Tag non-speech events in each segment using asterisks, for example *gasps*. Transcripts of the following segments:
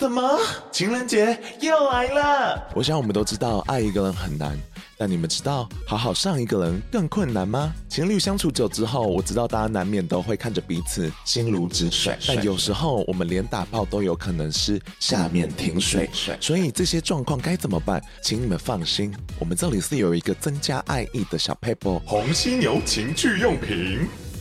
什么？情人节又来了？我想我们都知道，爱一个人很难，但你们知道好好上一个人更困难吗？情侣相处久之后，我知道大家难免都会看着彼此心如止水，但有时候我们连打炮都有可能是下面停水，所以这些状况该怎么办？请你们放心，我们这里是有一个增加爱意的小 paper。哦红犀牛情趣用品，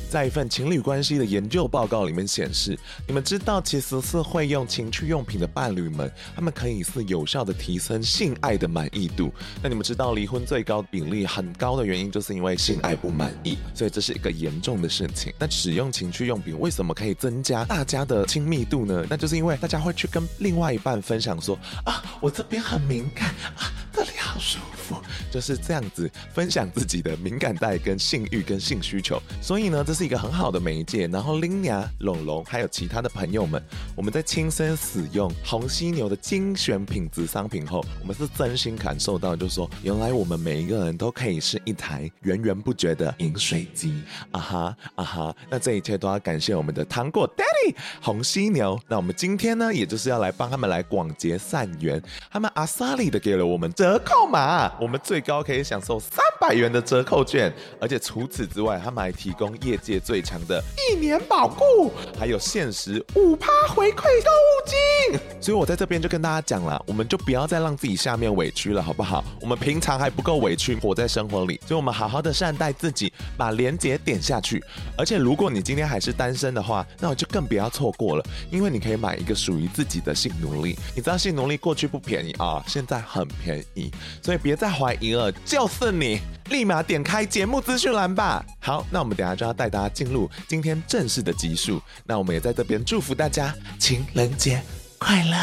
在一份情侣关系的研究报告里面显示，你们知道其实是会用情趣用品的伴侣们，他们可以是有效的提升性爱的满意度。那你们知道离婚最高比例很高的原因，就是因为性爱不满意，所以这是一个严重的事情。那使用情趣用品为什么可以增加大家的亲密度呢？那就是因为大家会去跟另外一半分享说啊，我这边很敏感啊，这里好舒服，就是这样子分享自己的敏感带跟性欲跟性需求。所以呢，这是一个很好的媒介。然后 Lina、龙龙还有其他的朋友们，我们在亲身使用红犀牛的精选品质商品后，我们是真心感受到，就是说，原来我们每一个人都可以是一台源源不绝的饮水机啊哈啊哈。那这一切都要感谢我们的糖果 Daddy 红犀牛。那我们今天呢，也就是要来帮他们来广结善缘。他们阿萨里的给了我们折扣码，我们最高可以享受三百元的折扣券，而且除此之外，他们还提供业界最强的一年保固，还有限时五趴回馈购物金。所以我在这边就跟大家讲了，我们就不要再让自己下面委屈了，好不好？我们平常还不够委屈，活在生活里，所以我们好好的善待自己，把连结点下去。而且如果你今天还是单身的话，那我就更不要错过了，因为你可以买一个属于自己的性奴隶。你知道性奴隶过去不便宜啊，现在很便宜，所以别再怀疑了，就是你。立马点开节目资讯栏吧。好，那我们等一下就要带大家进入今天正式的集数。那我们也在这边祝福大家情人节快乐。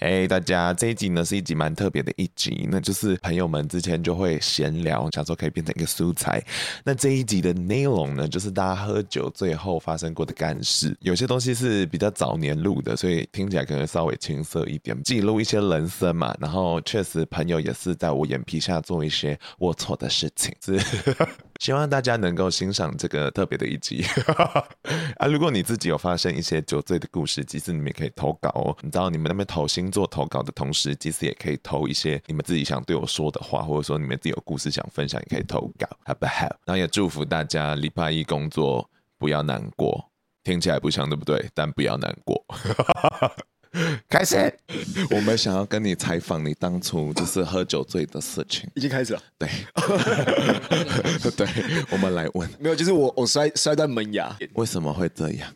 哎、大家，这一集呢是一集蛮特别的一集，那就是朋友们之前就会闲聊，想说可以变成一个素材。那这一集的内容呢，就是大家喝酒最后发生过的干事，有些东西是比较早年录的，所以听起来可能稍微青涩一点，记录一些人生嘛。然后确实，朋友也是在我眼皮下做一些龌龊的事情， *laughs* 是希望大家能够欣赏这个特别的一集 *laughs* 啊！如果你自己有发生一些酒醉的故事，其实你们也可以投稿哦。你知道你们那边投星座投稿的同时，其实也可以投一些你们自己想对我说的话，或者说你们自己有故事想分享，也可以投稿，好不好？然后也祝福大家礼拜一工作不要难过，听起来不像对不对？但不要难过。 *laughs* 开始，我们想要跟你采访你当初就是喝酒醉的事情。已经开始了， *laughs* 对，对，我们来问没有，就是我我摔摔断门 *laughs* 牙，为什么会这样？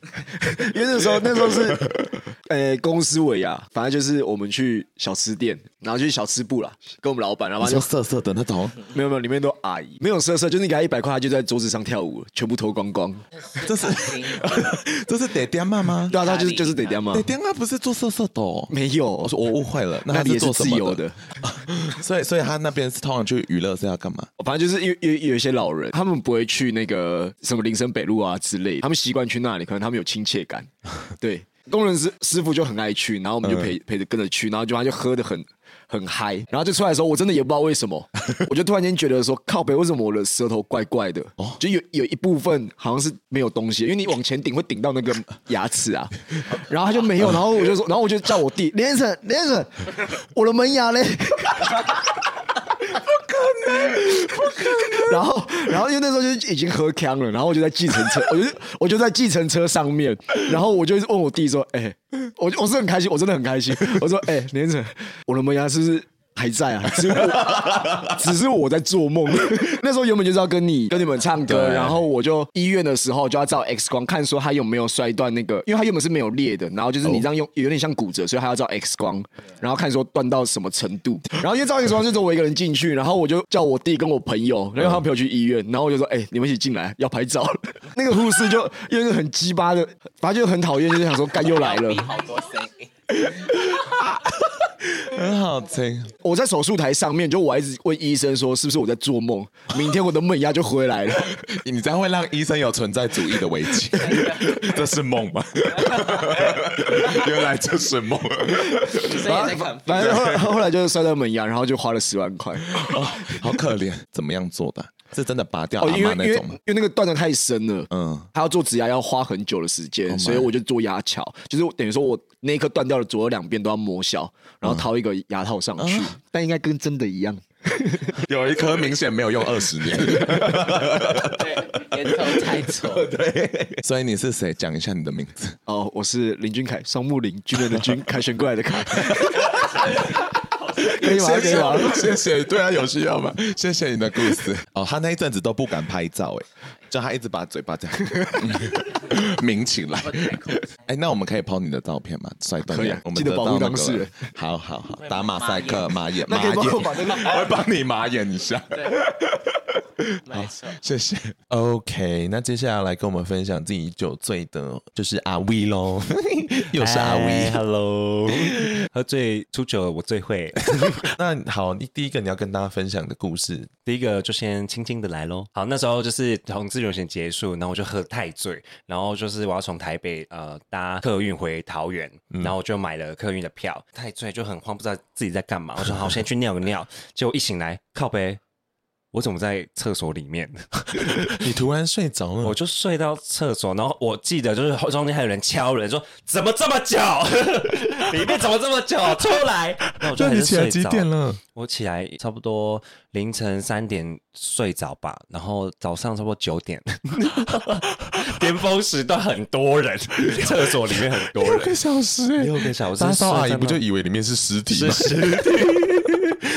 因为那时候那时候是， *laughs* 呃，公司尾牙，反正就是我们去小吃店，然后去小吃部啦，跟我们老板，然后你他说就色色的那 *laughs* 种，没有没有，里面都阿姨，没有色色，就是你给他一百块，他就在桌子上跳舞了，全部脱光光，这是这是得爹妈吗？对啊，他就是就是得这样吗得？爹妈不是做色色的哦。没有，我说我误会了，那那他里也是是做什自么由的？，所以所以他那边是通常去娱乐是要干嘛？反正就是有有有一些老人，他们不会去那个什么林森北路啊之类，他们习惯去那里，可能他们有亲切感。对，工人师师傅就很爱去，然后我们就陪、陪着跟着去，然后就他就喝的很很嗨，然后就出来的时候，我真的也不知道为什么，我就突然间觉得说靠北，为什么我的舌头怪怪的？就有有一部分好像是没有东西，因为你往前顶会顶到那个牙齿啊，然后他就没有，然后我就说，然后我就叫我弟连晨连晨，我的门牙嘞。 *laughs* 然后，然后因为那时候就已经喝呛了，然后我就在计程车， *laughs* 我就我就在计程车上面，然后我就问我弟说：“哎、我我是很开心，我真的很开心。”我说：“哎、连城，我的门牙是不是？”还在啊， *laughs* 只是我只是我在做梦。 *laughs* 那时候原本就是要跟你跟你们唱歌，对然后我就医院的时候就要照 X 光看说他有没有摔断那个，因为他原本是没有裂的，然后就是你这样用有点像骨折，所以他要照 X 光，然后看说断到什么程度。然后因为照 X 光就只有我一个人进去，然后我就叫我弟跟我朋友，然后他朋友去医院，然后我就说：“哎、你们一起进来要拍照了。” *laughs* 那个护士就因为是很鸡巴的，反正就很讨厌，就是想说干又来了。好多声音，好听。我在手术台上面，就我还一直问医生说，是不是我在做梦？明天我的梦压就回来了。你这样会让医生有存在主义的危 *laughs* 机，这是梦吗？原来这是梦。医生也在看，啊反正后来后来就是摔到门牙，然后就花了十万块。哦，好可怜，怎么样做的？是真的拔掉哦，阿因为妈那因为种吗？因为那个断的太深了，嗯嗯，他要做植牙要花很久的时间所以我就做牙桥，就是我等于说我那一颗断掉的左右两边都要磨小，然后套一个牙套上去，但应该跟真的一 *laughs* 样。哦有一颗明显没有用二十年。对，烟头太丑，所以你是谁？讲一下你的名字。哦，我是林俊凯，双木林，军人的军，凯旋过来的凯。可以吗？可以吗？谢谢，对啊，有需要吗？ *laughs* 谢谢你的故事。哦，他那一阵子都不敢拍照，哎，就他一直把嘴巴这样 *laughs* 抿起来。哎，那我们可以抛你的照片吗？帅断可以掉啊，我们记得得保到护那当个事了人。 *laughs* 好好好，打马赛克，马眼，那马可以眼，帮我把那个我会帮你马眼一下。 *laughs* 没错。谢谢。 OK，那接下来跟我们分享自己酒醉的，就是阿威喽， *laughs* 又是阿威。*laughs* 哎 Hello，喝醉出酒我最会。 *laughs* 那好，你第一个你要跟大家分享的故事，第一个就先轻轻的来喽。好，那时候就是同志游行结束，然后我就喝太醉，然后就是我要从台北呃搭客运回桃园，嗯然后我就买了客运的票。太醉就很慌，不知道自己在干嘛。*laughs* 我说好，先去尿个尿。结果一醒来，靠背，我怎么在厕所里 *laughs* 面？你突然睡着了我，就睡到厕所，然后我记得就是后中间还有人敲人说怎么这么久， *laughs* 里面怎么这么久，出来。那我就那还你是起来睡几着点了？我起来差不多凌晨三点睡着吧，然后早上差不多九点， *laughs* 巅峰时段很多人，厕所里面很多六人，个小时哎、六个小时。打扫阿姨不就一以为里面是尸体是吗？尸体，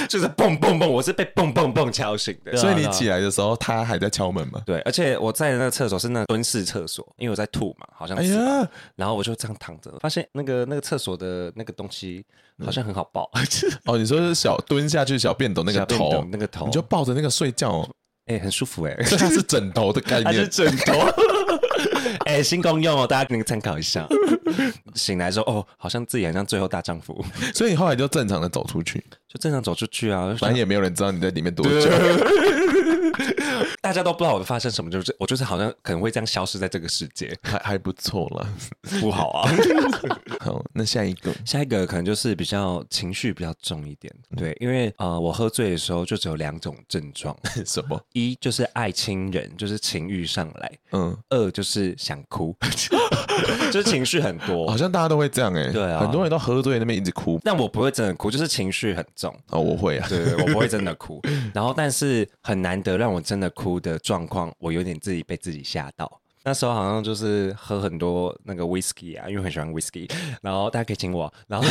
就是蹦蹦蹦，我是被蹦蹦蹦敲醒 *laughs* 的。所以你对啊起来的时候，他还在敲门吗？对，而且我在的那个厕所是那个蹲式厕所，因为我在吐嘛，好像哎是吧。呀，然后我就这样躺着，发现那个那个厕所的那个东西好像很好抱， *laughs* 哦，你说是小蹲下去小便斗那个小便头斗，那个头你就抱着那个睡觉、 *laughs* 哦，哎、很舒服哎、所以它是枕头的概它是念。枕头。 *laughs* 哎、新功用哦，大家那个参考一下。 *laughs* 醒来说哦，好像自己很像最后大丈夫， *laughs* *laughs* 所以你后来就正常的走出去，就正常走出去啊。反正也没有人知道你在里面多久。大家都不知道我发生什么，就是我就是好像可能会这样消失在这个世界，还还不错了。 *laughs* 不好啊。好，那下一个 *laughs* 下一个可能就是比较情绪比较重一点，对，因为呃，我喝醉的时候就只有两种症状， *laughs* 是什么？一就是爱亲人，就是情欲上来；嗯，二就是想哭， *laughs* 就是情绪很多。 *laughs* 好像大家都会这样哎、对啊很多人都喝醉那边一直哭。但我不会真的哭，就是情绪很重。哦，我会啊，对对，我不会真的哭。然后，但是很难得让我真的哭的状况，我有点自己被自己吓到。那时候好像就是喝很多那个 whisky 啊，因为很喜欢 whisky，然后大家可以请我，然后 *laughs*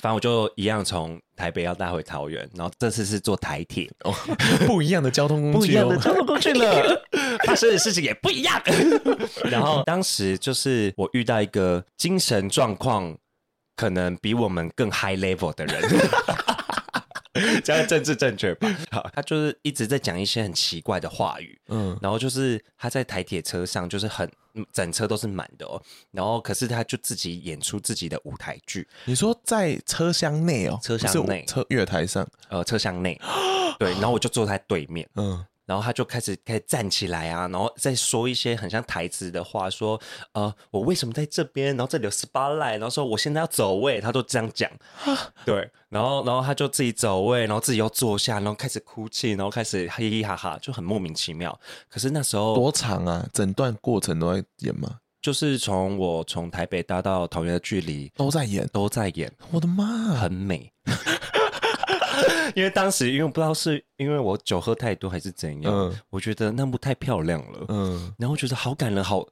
反正我就一样从台北要带回桃园，然后这次是坐台铁， *laughs* 不一样的交通工不一具哦样的。交通工具了， *laughs* 发生的事情也不一样。 *laughs* 然后当时就是我遇到一个精神状况可能比我们更 high level 的人。 *laughs* 这样政治正确吧？好，他就是一直在讲一些很奇怪的话语，嗯，然后就是他在台铁车上就是很嗯整车都是满的哦，然后可是他就自己演出自己的舞台剧，你说在车厢内哦，车厢不是内车月台上，呃，车厢内，对，然后我就坐在对面，嗯，然后他就开始开始站起来啊，然后再说一些很像台词的话，说呃，我为什么在这边？然后这里有 spotlight，然后说我现在要走位，他都这样讲。啊对，然后然后他就自己走位，然后自己又坐下，然后开始哭泣，然后开始嘻嘻哈哈，就很莫名其妙。可是那时候多长啊？整段过程都在演吗？就是从我从台北搭到桃园的距离都在演，都在演，我的妈！很美。 *laughs* 因为当时因为不知道是因为我酒喝太多还是怎样，嗯我觉得那幕太漂亮了。嗯，然后觉得好感人，好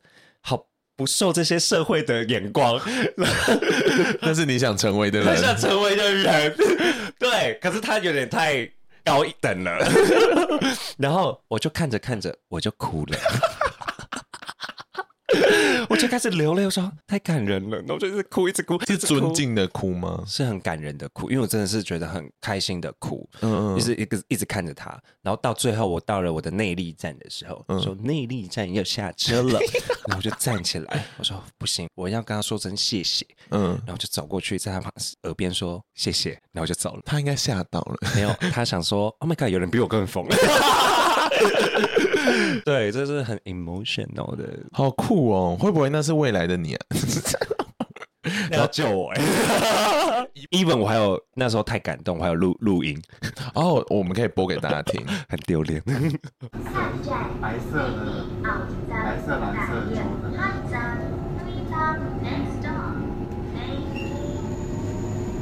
好不受这些社会的眼光，那是你想成为的很想人。成为的人。 *laughs* 对，可是他有点太高一等了。 *laughs* 然后我就看着看着我就哭了。 *laughs* 我就开始流泪，我说太感人了，然后我就一直哭，一直哭，是一直哭尊，敬的哭吗？是很感人的哭，因为我真的是觉得很开心的哭，嗯嗯就是一个一直看着他，然后到最后我到了我的内力站的时候，嗯说内力站要下车 *laughs* 了，然后我就站起来，我说不行，我要跟他说声谢谢，嗯，然后就走过去，在他旁耳边说谢谢，然后我就走了。他应该吓到了。 *laughs* 没有，他想说，Oh my god，有人比我更疯。对，这是很 emotional 的，好酷哦！会不会那是未来的你啊？ *laughs* 要救我哎、欸、！Even 我还有那时候太感动，我还有录录音，哦，我们可以播给大家听。很丢脸。白色的，白色蓝色的球的。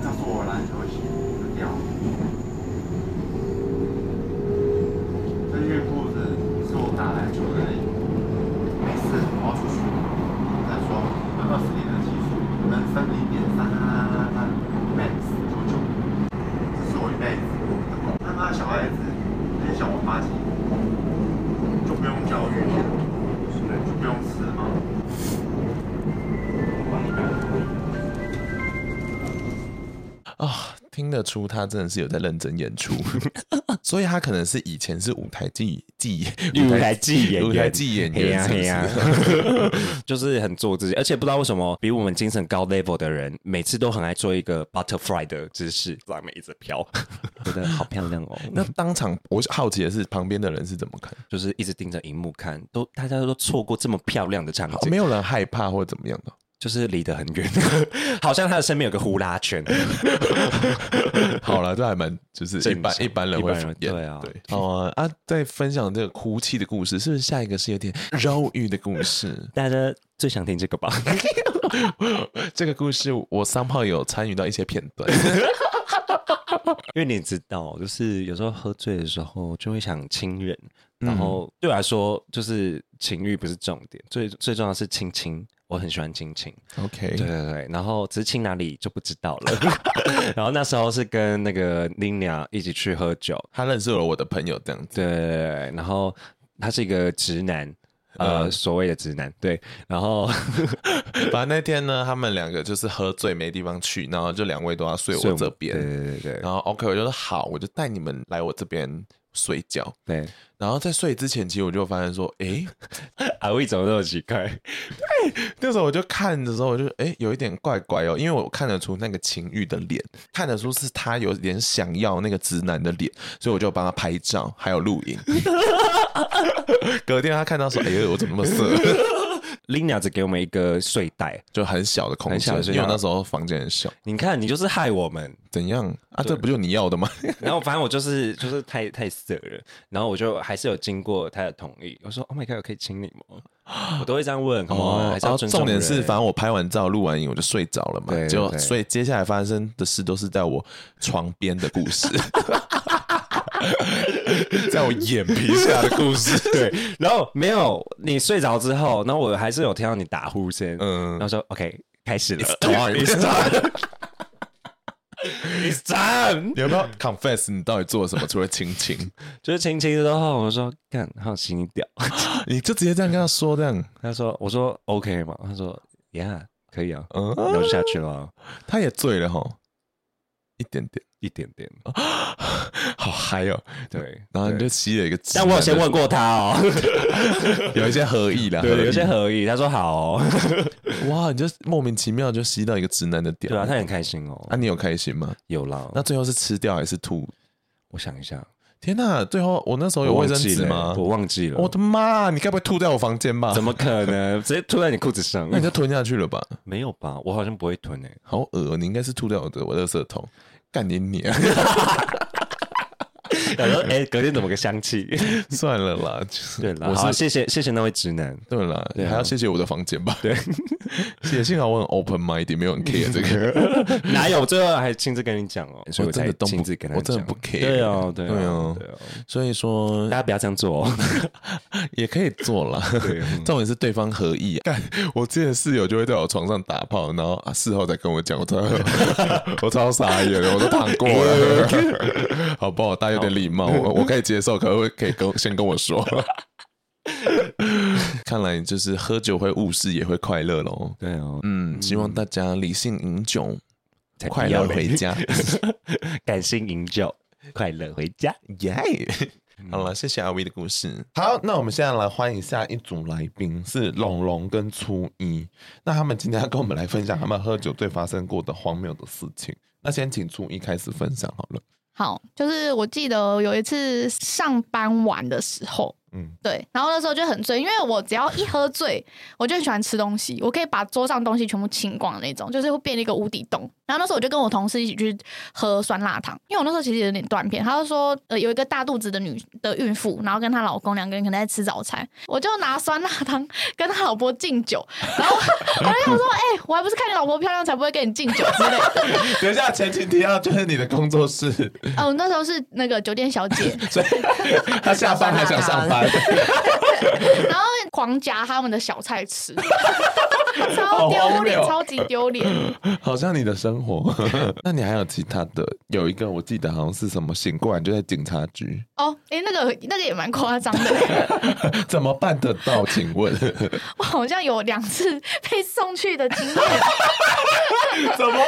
要是我篮球鞋就掉了。这件裤子是我打篮球的衣服。没事，我要出去。再说，二十年的技术，人生零点三啦啦啦啦，max 九九，这是我一辈子的梦。他妈小孩子，那些小王八鸡。就不用教育吗？对，就不用吃吗？啊、听得出他真的是有在认真演 *laughs* 出，所以他可能是以前是舞台剧技舞嗯台剧演员舞台剧演员，是不是呀， *laughs* 就是很做自己，而且不知道为什么，比我们精神高 level 的人，每次都很爱做一个 butterfly 的姿势，上面一直飘， *laughs* 觉得好漂亮 *laughs* 哦。那当场我好奇的是，旁边的人是怎么看？就是一直盯着荧幕看，都大家都错过这么漂亮的场景，哦没有人害怕或怎么样的。就是离得很远， *laughs* 好像他的身边有个呼啦圈。好了，这还蛮就是一正般常一般人会一般人演对啊？对。哦啊，在分享这个哭泣的故事，是不是下一个是有点肉欲的故事大家最想听这个吧？ *laughs* 这个故事我三炮有参与到一些片 *laughs* 段。因为你知道，就是有时候喝醉的时候就会想亲人，然后对我来说，就是情欲不是重点，最最重要的是亲亲。我很喜欢亲亲， OK，对对对，然后只是亲哪里就不知道了。 *laughs* 然后那时候是跟那个 Lina 一起去喝酒，他认识了我的朋友这样子。对，然后他是一个直男，呃，所谓的直男，对，然后反正那天呢，他们两个就是喝醉没地方去，然后就两位都要睡所以我们这对边。对对对然后 OK，我就说好，我就带你们来我这边睡觉。对，然后在睡之前，其实我就发现说，诶，阿威怎么那么奇怪？那时候我就看的时候，我就哎、诶有一点怪怪哦，因为我看得出那个情欲的脸，看得出是他有点想要那个直男的脸，所以我就帮他拍照，还有录影。 *laughs* 隔天他看到说：“哎呦，我怎么那么色 Lina 只给我们一个睡袋，？”就很小的空很小间的，因睡袋为我那时候房间很小。你看你就是害我们。怎样啊？这不就你要的吗？然后反正我就是就是太太色了，然后我就还是有经过他的同意，我说 Oh my god，我可以亲你吗？我都会这样 *laughs* 问，哦，还然是要后尊重重点是，人反正我拍完照、录完影，我就睡着了嘛。对结果，对所以接下来发生的事都是在我床边的故事， *laughs* 在我眼皮下的故事。对，然后没有你睡着之后，然后我还是有听到你打呼声，嗯， *laughs* 然后说 OK，开始了 *laughs* It's time. It's time，你要不要 confess 你到底做了什么？除了亲亲， *laughs* *laughs* 就是亲亲之后，我说干，好心你屌，你就直接这样跟他说，这样他说我说 OK 嘛，他说 Yeah，可以啊，嗯，然后就下去了，他也醉了哈，一点点， *gasps* 一点点，好嗨哦。对，然后你就对。吸了一个，但我有先问，过他哦，有一些合意啦，合对，意有 *laughs* 些合意，他说好哦、哇，你就莫名其妙就吸到一个直男的点，对啊，他很开心哦。啊，你有开心吗？有啦，那最后是吃掉还是吐？我想一下，天哪、最后我那时候有我卫忘生记纸了吗？我忘记了，我的妈！你该不会吐在我房间吧？怎？么可 *laughs* 能直接吐在你裤子上那？你就吞下去了吧？没有吧？我好像不会吞欸诶、好恶哦，你应该是吐在我的我的垃圾桶。干你你、 *laughs* 啊！欸。然后哎，隔天怎么个香气？算了啦，就是 *laughs* 对了，我好，是谢谢谢谢那位直男。对啦，对啊还要谢谢我的房间吧。 *laughs* 对，也幸好我很 open minded，没有 *laughs* 人 care 这个。哪有？我最后还亲自跟你讲哦，所以我真才的都不亲自跟他我真的讲不 care 对哦，对对哦哦，对哦，所以说大家不要这样做哦。 *laughs* 也可以做啦。对 *laughs* 嗯重点是对方合意、啊干，我之前的室友就会在我床上打炮，然后、啊、事后再跟我讲，我超 *laughs* 我超傻眼的，我都躺过 *laughs* 了。好不好？大家有点礼貌，我我可以接受，可不可以跟我先跟我说 c *laughs* 看来就是喝酒会误事，也会快乐喽。对哦，嗯，希望大家理性饮酒，才不快要乐嘞回家。 *laughs* 感性饮酒，快乐回家。耶、好了，谢谢阿威的故事。嗯好，那我们现在来欢迎下一组来宾，是龙龙跟初一。那他们今天要跟我们来分享他们喝酒最发生过的荒谬的事情。那先请初一开始分享好了。好，就是我记得有一次上班晚的时候，嗯，对，然后那时候就很醉，因为我只要一喝醉，我就很喜欢吃东西，我可以把桌上东西全部清光的那种，就是会变一个无底洞。然后那时候我就跟我同事一起去喝酸辣汤，因为我那时候其实有点断片。他就说，呃，有一个大肚子的女的孕妇，然后跟她老公两个人可能在吃早餐，我就拿酸辣汤跟她老婆敬酒，然后 *laughs* 我就想说，哎、我还不是看你老婆漂亮才不会跟你敬酒之类的。等一下，前情提要就是你的工作室， *laughs* 哦，那时候是那个酒店小姐，所以他下班还想上班，然后狂夹他们的小菜 *laughs* 吃，超丢脸，超级丢脸。好像你的生活。 *laughs* 那你还有其他的？有一个我记得好像是什么，醒过来就在警察局，哦，哎、那个那个也蛮夸张的， *laughs* 怎么办得到？请 *laughs* 问我好像有两次被送去的经验， *laughs* 怎么？ *laughs*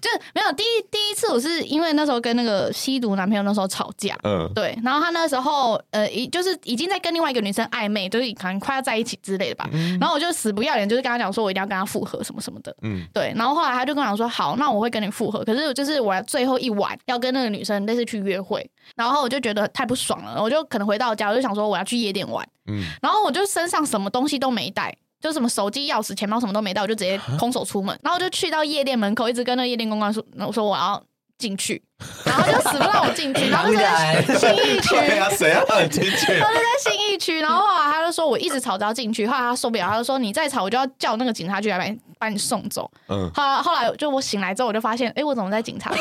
就没有第一第一次我是因为那时候跟那个吸毒男朋友那时候吵架。嗯，对，然后他那时候呃，已就是已经在跟另外一个女生暧昧，就是可能快要在一起之类的吧。然后我就死不要脸，就是跟他讲说我一定要跟他复合什么什么的。嗯嗯，对。然后后来他就跟我讲说，好，那我会跟你复合，可是就是我最后一晚要跟那个女生类似去约会，然后我就觉得太不爽了，我就可能回到家，我就想说我要去夜店玩。嗯嗯，然后我就身上什么东西都没带。就什么手机、钥匙、钱包什么都没带，我就直 *laughs* 接空手出门，然后我就去到夜店门口，一直跟那个夜店公关说，我说我要进去，然后就死不让我进去，然后就在信义区，对啊， *laughs* 谁要让你进去？他就在信义区，然后后来他就说我一直吵着要进去，后来他受不了，他就说你再吵我就要叫那个警察局来把你把你送走。嗯嗯，后来后来就我醒来之后我就发现，哎、我怎么在警察局？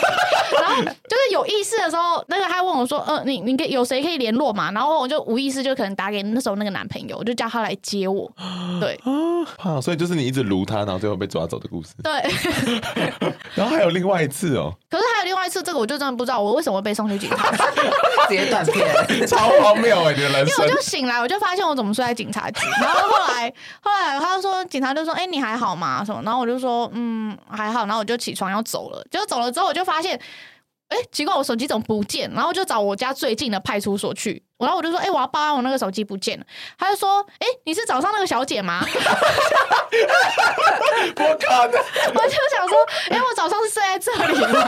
然后就是有意识的时候，那个他问我说，呃，你你可以有谁可以联络嘛？然后我就无意识就可能打给那时候那个男朋友，我就叫他来接我。对啊，所以就是你一直撸他，然后最后被抓走的故事。对， *laughs* *laughs* 然后还有另外一次哦，可是还有另外一次，这个我就真的不知道我为什么会被送去警察局。直接断片。 *laughs* 超荒谬哎，你的人因为我生。就醒来，我就发现我怎么睡在警察局。 *laughs* 然后后来，后来他就说，警察就说：“哎、你还好吗？”什么？然后我就说：“嗯，还好。”然后我就起床要走了。结果走了之后，我就发嗯现，哎、奇怪，我手机怎么不见？然后我就找我家最近的派出所去。然后我就说：“哎、我要报案，我那个手机不见了。”他就说：“哎、你是早上那个小 *laughs* 姐吗？”我靠，那我就想说：“哎、我早上是睡在这里吗？”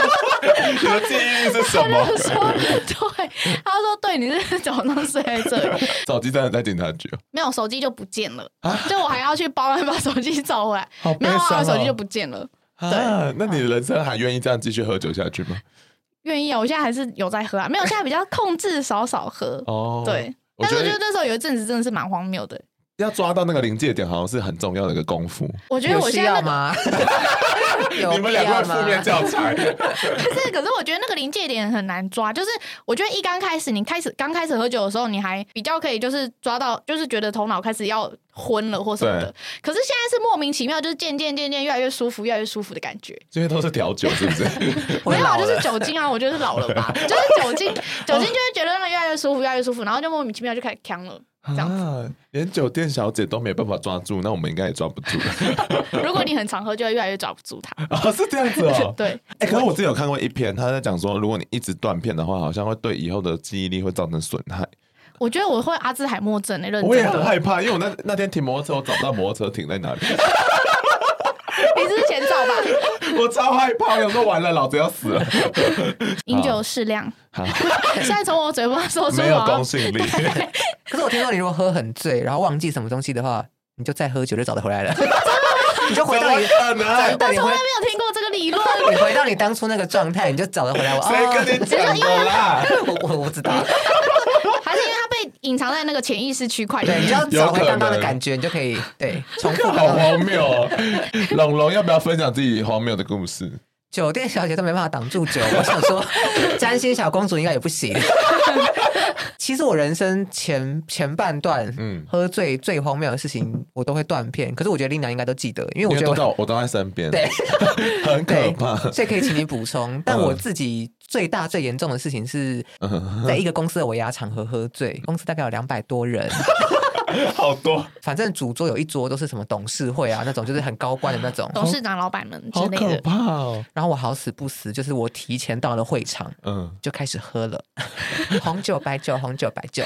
你的记忆力是什他就么？说：“对。”他说：“对，你是早上睡在这里。”手机真的在警察局哦，没有手机就不见了，就我还要去报案把手机找回来，好悲没有伤啊，哦手机就不见了。啊，那你的人生还愿意这样继续喝酒下去吗？愿意啊，我现在还是有在喝啊，没有，现在比较控制少少喝。哦，对，我但是觉我觉得得那时候有一阵子真的是蛮荒谬的。要抓到那个临界点，好像是很重要的一个功夫。我觉得有我需现在要那个，吗？有你们两个必要吗负面教 *laughs* 材，可是可是我觉得那个临界点很难抓，就是我觉得一刚开始你开始刚开始喝酒的时候，你还比较可以就是抓到，就是觉得头脑开始要昏了或什么的。可是现在是莫名其妙，就是渐渐渐渐越来越舒服，越来越舒服的感觉。这些都是调酒，是不是？我没有，老就了是酒精啊，我觉得是老了吧，就是酒精，酒精就会觉得让人越来越舒服，越来越舒服，然后就莫名其妙就开始呛了。这样子， *laughs* 啊，连酒店小姐都没办法抓住，那我们应该也抓不住。如果你很常喝，就会越来越抓不住它。。*laughs* 哦，是这样子哦 *laughs* 对，哎、可是我之前有看过一篇，他在讲说，如果你一直断片的话，好像会对以后的记忆力会造成损害。我觉得我会阿兹海默症诶、欸认我真也很的。害怕，因为 *laughs* 我那那天停摩托车，我找不到摩托车停在哪里， *laughs* 你之前照吧，我超害怕，我想说完了，老子要死 *laughs* 了。饮酒适量。好，现在从我嘴巴说出啊没有公来，信 *laughs* 力，可是我听说，你如果喝很醉，然后忘记什么东西的话，你就再喝酒就找得回来 *laughs* 了， *laughs* 你就回怎到么你可能真？的，我你从回来没有听过这个理论。你回到你当初那个状态，你就找得回来。我谁哦，跟你讲的啦？我我我不知道，还是因为它被隐藏在那个潜意识区块里对，你就面。要找回有可刚刚的能感觉，你就可以对重复这刚好刚的荒谬哦！龙龙要不要分享自己荒谬的故事？酒店小姐都没办法挡住酒，我想说，占星小公主应该也不 *laughs* 行。其实我人生前前半段，嗯嗯，喝醉最荒谬的事情，我都会断片。可是我觉得琳娜应该都记得，因为我因为觉都得在我我我都在身边，对，很可对怕。所以可以请你补充。但我自己最大最严重嗯的事情是，在一个公司的尾牙场合喝醉，公司大概有两百多人， *laughs* 好多，反正主桌有一桌都是什么董事会啊那种，就是很高官的那种。董事长、老板们之好类可的。怕哦。然后我好死不死，就是我提前到了会场，嗯，就开始喝了红酒、白酒、红酒、白酒， *laughs*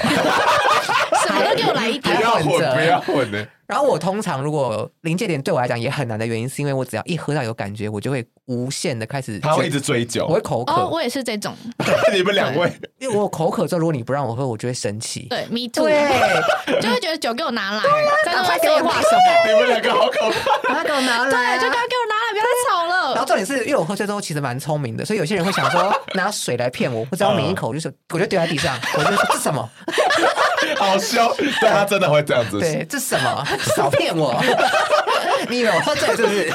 什么都给我来一不点。要混，混着不要混呢。然后我通常如果临界点对我来讲也很难的原因，是因为我只要一喝到有感觉，我就会无限的开始，他会一直追究我会口渴，哦，我也是这种， *laughs* 你们两位，因为我有口渴之后，如果你不让我喝，我就会生气。对，me too，对， *laughs* 啊就会觉得酒给我拿来，在那边给废我话拿什么？你们两个好可怕。把它给我拿来、对，啊。就给我给我拿来，不要再吵然后了。重点是因为我喝醉之后其实蛮聪明的，所以有些人会想说拿水来骗我，我只要抿一口就是，我就丢在地上，我就说这什么？好凶，对他真的会这样子。对，这什么？少骗我！你以为我喝醉是不是？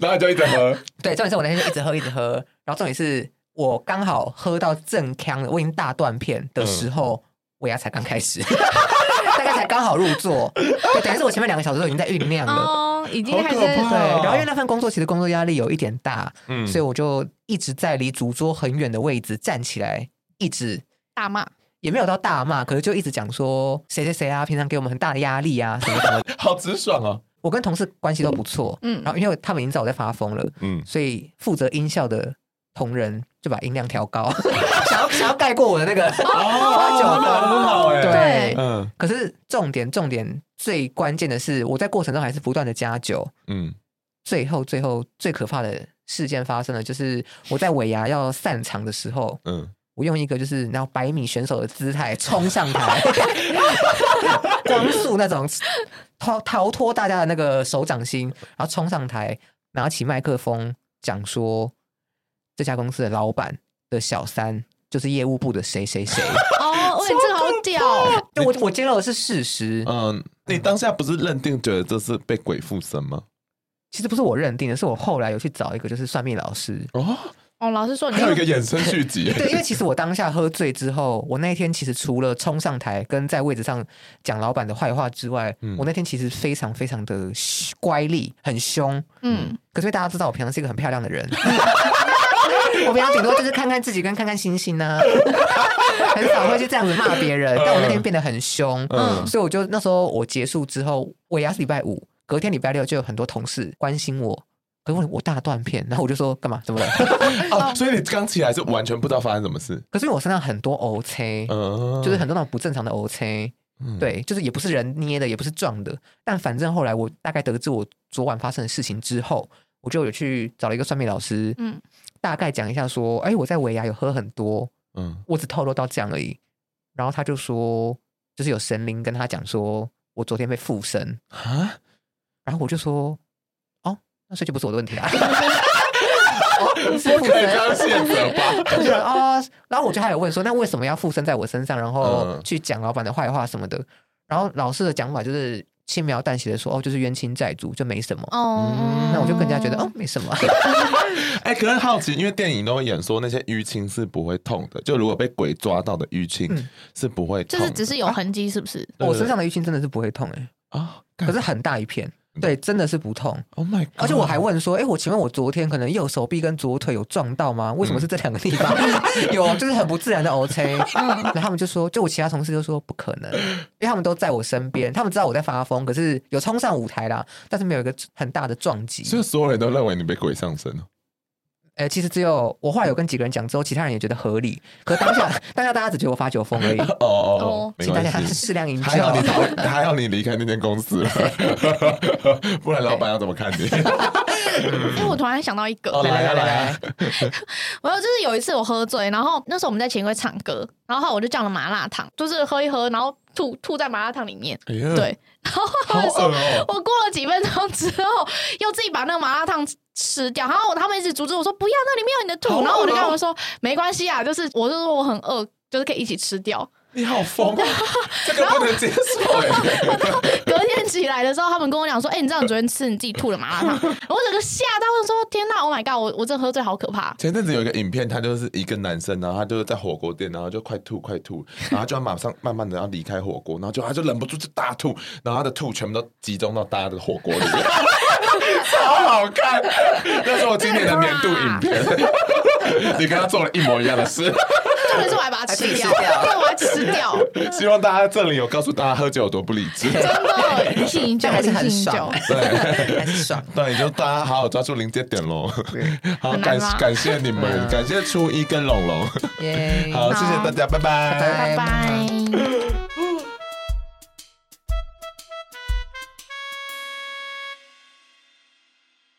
然后你就一直喝，对，重点是我那天就一直喝一直喝，然后重点是我刚好喝到正腔的，我已经大断片嗯的时候，尾牙才刚开始， *laughs* 大概才刚好入座，对，等于是我前面两个小时都已经在酝酿了。哦，已经开始对，然后因为那份工作其实工作压力有一点大，哦嗯所以我就一直在离主桌很远的位置站起来，一直大骂，也没有到大骂，可是就一直讲说谁谁谁啊，平常给我们很大的压力啊什么什么。 *laughs* 好直爽哦。我跟同事关系都不错，嗯然后因为他们已经知道我在发疯了，嗯，所以负责音效的同仁就把音量调 *laughs* 高，想要想要盖过我的那个 *laughs* 花酒的。哦很好哎对嗯可是重点重点最关键的是，我在过程中还是不断的加酒，嗯，最后最后最可怕的事件发生了，就是我在尾牙要散场的时候，嗯嗯，我用一个就是然后百米选手的姿态 *laughs* 冲上 *laughs* 台，光速那种逃逃脱大家的那个手掌心，然后冲上台，拿起麦克风讲说这家公司的老板的小三。就是业务部的谁谁谁， *laughs* 哦，喂，这个好屌，因为我我揭露的是事实，嗯，你当下不是认定觉得这是被鬼附身吗？其实不是我认定的，是我后来有去找一个就是算命老师，哦，哦，老师说 *laughs* 你还有一个衍生续集，对，因为其实我当下喝醉之后，我那一天其实除了冲上台跟在位置上讲老板的坏话之外，我那天其实非常非常的乖戾，很凶。嗯，可是因为大家知道我平常是一个很漂亮的 *laughs* 人， *laughs* 我平常顶多就是看看自己跟看看星星呢、 *laughs* 很少会去这样子骂别人。但我那天变得很凶，嗯所以我就那时候我结束之后，我也是礼拜五，隔天礼拜六就有很多同事关心我。可是我我大断片，然后我就说干嘛？怎么了？ *laughs* 哦，所以你刚起来是完全不知道发生什么事，可是因为我身上很多 O C，嗯，就是很多那种不正常的 O C，、对，嗯就是也不是人捏的，也不是撞的。但反正后来我大概得知我昨晚发生的事情之后，我就有去找了一个算命老师，嗯大概讲一下说，哎、我在维亚有喝很多，嗯，我只透露到这样而已。然后他就说，就是有神灵跟他讲说，我昨天被附身啊，然后我就说，哦，那所以就不是我的问题 *laughs* 啊。哦是附可以这身，样现责吧？就是啊、然后我就还有问说，那为什么要附身在我身上，然后嗯去讲老板的坏话什么的？然后老师的讲法就是轻描淡写的说，哦，就是冤亲债主，就没什么。哦，那我就更加觉得，哦，，没什么。哎，可是好奇，因为电影都会演说那些淤青是不会痛的，就如果被鬼抓到的淤青嗯是不会就痛的，是只是有痕迹，是不是？我身上的淤青真的是不会痛哎、啊，可是很大一片，嗯对，真的是不痛。 Oh my，God 而且我还问说，哎，我请问我昨天可能右手臂跟左腿有撞到吗？为什么是这两个地方 *laughs* 有就是很不自然的 O C？然后他们就说，就我其他同事就说不可能，因为他们都在我身边，他们知道我在发疯，可是有冲上舞台啦，但是没有一个很大的撞所以击。所有人都认为你被鬼上身了。哎，其实只有我后来有跟几个人讲之后，其他人也觉得合理，可是当下 *laughs* 当下大家只觉得我发酒疯而已，哦哦哦哦，没请大关家系。适量饮还好酒你。逃，还好你离开那间公司 *laughs* 了，不然老板要怎么看你？哎，我突然想到一个，哦，来来来， *laughs* 我就是有一次我喝醉，然后那时候我们在前柜唱歌，然后我就叫了麻辣烫，就是喝一喝，然后吐吐在麻辣烫里面。 *laughs* 哎呀，对，然后他好们说恶，哦，我过了几分钟之后，又自己把那个麻辣烫吃掉，然后他们一直阻止我说不要，那里面有你的吐，然后我就跟他们说没关系啊，就是我就说我很饿，就是可以一起吃掉。你好疯哦，这个不能接受哎。隔天起来的时候，他们跟我讲说，哎、你知道你昨天吃你自己吐的麻辣烫， *laughs* 我整个吓到，我说天呐 o h my god，我我真的喝醉好可怕。前阵子有一个影片，他就是一个男生，然后他就是在火锅店，然后就快吐快吐，然后他就要马上慢慢的要离开火锅，然后就他就忍不住就大吐，然后他的吐全部都集中到大家的火锅里面， *laughs* 超好看， *laughs* 那是我今年的年度影片。你跟他做了一模一样的事，重点是我还把它吃掉，还自己吃掉对，我还吃掉，希望大家这里有告诉大家喝酒有多不理智。*laughs* 真的理性饮酒，但还是理很性饮酒爽，。 *laughs* 还是爽。对，你就大家好好抓住临界点喽。好，很感难吗感谢你们， *laughs* 感谢初一跟龙龙。耶好，谢谢大家，拜拜。拜拜拜。